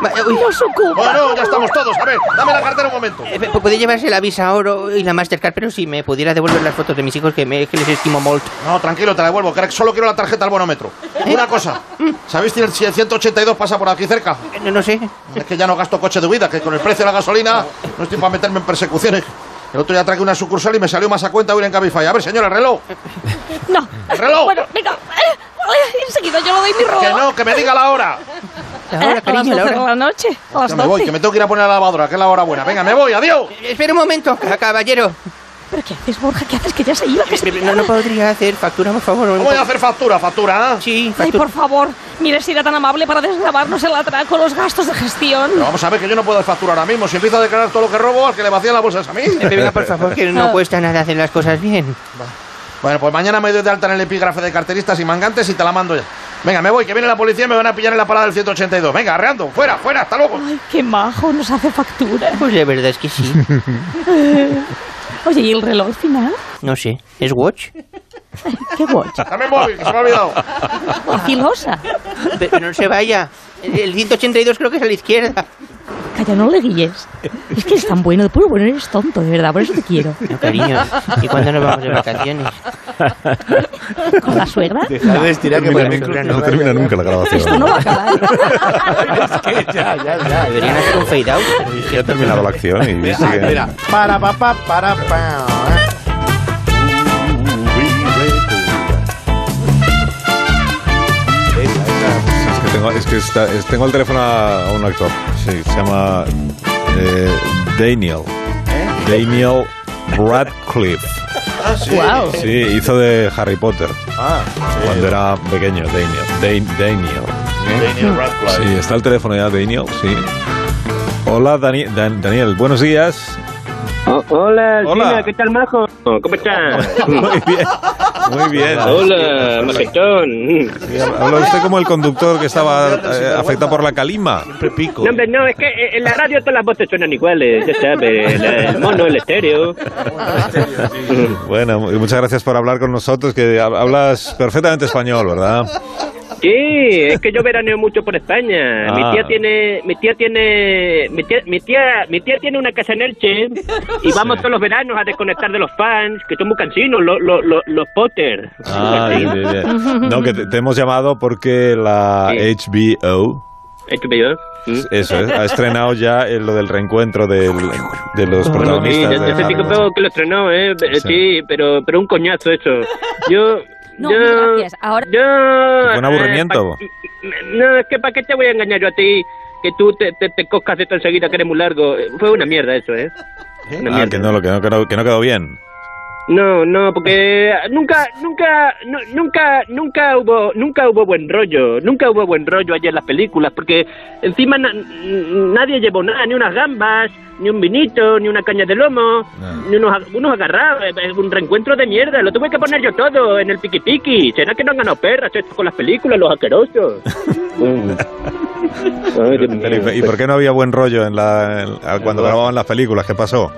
Bueno, ya estamos todos, a ver, dame la cartera un momento.
Eh, pu- Puede llevarse la Visa Oro y la Mastercard, pero si me pudiera devolver las fotos de mis hijos que, me, que les estimo molt.
No, tranquilo, te la devuelvo, que solo quiero la tarjeta al bonómetro. Una cosa, ¿sabéis si el 182 pasa por aquí cerca?
Eh, No, no sé.
Es que ya no gasto coche de huida, que con el precio de la gasolina no estoy para meterme en persecuciones. El otro día traje una sucursal y me salió más a cuenta ir en Cabify. A ver, señora, el reloj.
No.
¡El reloj!
Bueno, venga, eh, vale, enseguida yo le doy mi reloj.
Que no, que me diga la hora.
La hora,
Eh,
cariño,
a las
la
12
hora.
de la noche, a las
Que me voy,
12.
que me tengo que ir a poner a la lavadora, que es la hora buena. Venga, me voy, adiós.
Eh, Espera un momento, ca- caballero.
¿Pero qué haces, Borja? ¿Qué haces? Que ya se iba, que se
Eh, No, no podría hacer factura, por favor.
¿Cómo voy a hacer factura, factura? ¿eh?
Sí,
Ay,
factura.
por favor, mire si era tan amable para desgravarnos el atraco, los gastos de gestión.
Pero vamos a ver que yo no puedo hacer factura ahora mismo. Si empiezo a declarar todo lo que robo, al que le vacían la bolsa
*laughs*
es a mí.
Eh, Venga, por favor, que
Ah.
no cuesta nada hacer las cosas bien.
*laughs* Bueno, pues mañana me doy de alta en el epígrafe de carteristas y mangantes y te la mando ya. Venga, me voy, que viene la policía y me van a pillar en la parada del 182. Venga, arreando, fuera, fuera, hasta luego.
Ay, qué majo, nos hace factura.
Pues la verdad es que sí.
Eh, *laughs* Oye, ¿y el reloj al final?
No sé.
*laughs*
¿Es watch?
¿Qué watch?
Dame el móvil, que se me ha olvidado.
La filosa.
*laughs* Pero no se vaya. El 182 creo que es a la izquierda.
Calla, no le guíes. Es que es tan bueno, de puro bueno eres tonto, de verdad, por eso te quiero.
No, cariño. ¿Y cuándo nos vamos de vacaciones? *laughs*
¿Con la suegra?
Deja de estirar que
Termina
para
nunca-
sobrar
no
no
termina nunca la
Esto
grabación.
no va a acabar.
Deberían hacer un fade out.
Ya ha terminado la acción y
Mira,
sigue.
mira. Para, pa, pa, para, pa.
Es que tengo, es que está- es- tengo el teléfono a, a un actor. Sí, se llama eh, Daniel.
¿Eh?
Daniel Radcliffe.
Ah, sí.
Guau.
Sí, hizo de Harry Potter
Ah,
cuando era pequeño. Daniel. Dan- Daniel.
Daniel Radcliffe.
Sí, está el teléfono ya, Daniel. Sí. Hola, Dani- Dan- Daniel.
*laughs*
Buenos días.
hola,
Hola.
Sina, ¿qué tal, majo? ¿Cómo estás?
Muy bien. Muy bien.
Hola, majestón.
Habla usted como el conductor que estaba eh, afectado por la calima.
No, hombre, no, es que eh, en la radio todas las voces suenan iguales, ya sabes, el, el mono, el estéreo.
Bueno, y muchas gracias por hablar con nosotros, que hab- hablas perfectamente español, ¿verdad?
Sí, es que yo veraneo mucho por España.
Ah.
Mi tía tiene, mi tía tiene, mi tía, mi tía, mi tía tiene una casa en Elche y vamos todos los veranos a desconectar de los fans, que son muy cansinos, los, los, los, los Potter.
Ah,
Sí.
bien, bien, bien. No, que te, te hemos llamado porque la HBO,
¿Es tu video? ¿Mm?
eso es, ha estrenado ya eh, lo del reencuentro del- de
Bueno,
los
sí,
protagonistas.
ya, ya
de
se
Harry
picó
Potter.
que lo estrenó, ¿eh? Eh,
Sí.
Sí, pero, pero un coñazo eso. Yo...
No,
yo,
mil gracias. Ahora-
Yo...
Buen
eh,
aburrimiento.
pa- no, es que ¿para qué te voy a engañar yo a ti? Que tú te, te, te coscas esto
*laughs*
enseguida, que eres muy largo. Eh, Fue una mierda eso, ¿eh? Una
Ah, que no, lo que no, que no- que no quedó bien.
No, no, porque Eh, nunca, nunca, nu- nunca, nunca hubo, nunca hubo buen rollo, nunca hubo buen rollo allí en las películas,
*laughs*
porque encima na- n- nadie llevó nada, ni unas gambas, ni un vinito, ni una caña de lomo, ni unos, ag- unos agarrados, eh, eh, un reencuentro de mierda, lo tuve que poner yo todo en el piqui piqui, será que no han ganado perras esto con las películas, los asquerosos.
Pero, ¿y- ¿Y por qué no había buen rollo en la, en- al- cuando grababan las películas? ¿Qué pasó?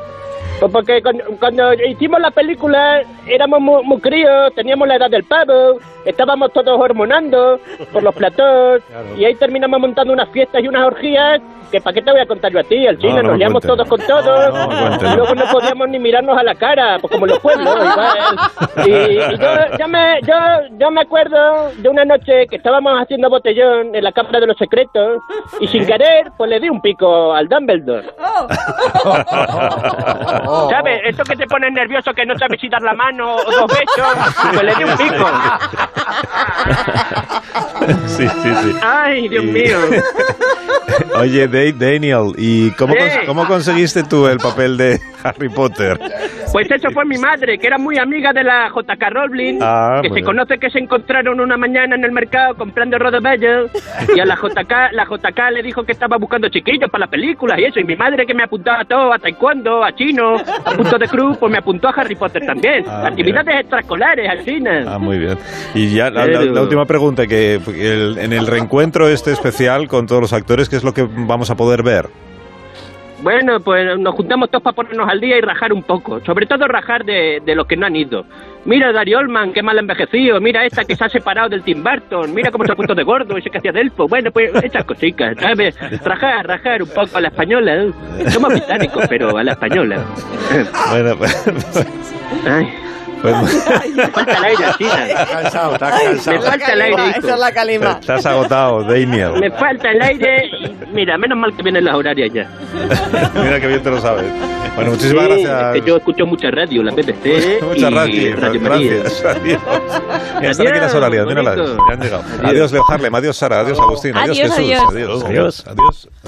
Pues porque cuando, cuando hicimos la película éramos muy, muy críos, teníamos la edad del pavo, estábamos todos hormonando por los platós y ahí terminamos montando unas fiestas y unas orgías que para qué te voy a contar yo a ti, al chino,
no me
nos liamos
cuentes.
todos con todos
cuentes.
y luego no podíamos ni mirarnos a la cara, pues como los pueblos. igual. Y, y yo, yo me, yo, yo me acuerdo de una noche que estábamos haciendo botellón en la Cámara de los Secretos y sin querer pues le di un pico al Dumbledore. ¿Sabes? Eso que te pones nervioso que no sabes si dar la mano o dos *laughs* besos, pues le di un pico.
*laughs* Sí, sí, sí.
Ay, Dios mío.
Oye, Da- Daniel, ¿y cómo,
Sí.
cons- cómo conseguiste tú el papel de *laughs* Harry Potter?
Pues eso fue mi madre, que era muy amiga de la J.K. Rowling,
Ah,
que
muy
se
bien.
conoce que se encontraron una mañana en el mercado comprando rodobellos y a la JK, la JK le dijo que estaba buscando chiquillos para las películas y eso, y mi madre que me apuntaba a todo, a taekwondo, a chino, a punto de cruz, pues me apuntó a Harry Potter también. Actividades extraescolares, al cine.
Ah, muy bien. Y ya la, la-
Pero-
la última pregunta, que el- en el reencuentro este especial con todos los actores, ¿qué es lo que vamos a poder ver?
Bueno, pues nos juntamos todos para ponernos al día y rajar un poco. Sobre todo rajar de, de los que no han ido. Mira Dario Olman, qué mal envejecido. Mira esta que se ha separado del Tim Burton. Mira cómo se ha puesto de gordo y se que hacía delfo. Bueno, pues estas cositas, ¿sabes? Rajar, rajar un poco a la española. ¿eh? Somos británicos, pero a la española.
Bueno, pues...
*laughs*
pues-
Me falta el aire, China.
cansado, está
Ay,
cansado.
Me falta el aire. hijo.
Esa es la calima.
Estás agotado, Daniel.
Me falta el aire. y mira, menos mal que vienen las horarias ya.
Mira que bien te lo sabes. Bueno, muchísimas
Sí,
gracias.
Es que yo escucho mucha radio, la
*laughs*
BBC.
Muchas
y
gracias.
Radio María. *laughs*
Gracias. Adiós. Ya están aquí las horarias,
Oh.
míralas. Ya han llegado. Adiós, Leo Harlem. Adiós, Sara. Adiós, Agustín. Adiós,
Adiós,
Jesús.
adiós.
Adiós. Adiós. Adiós.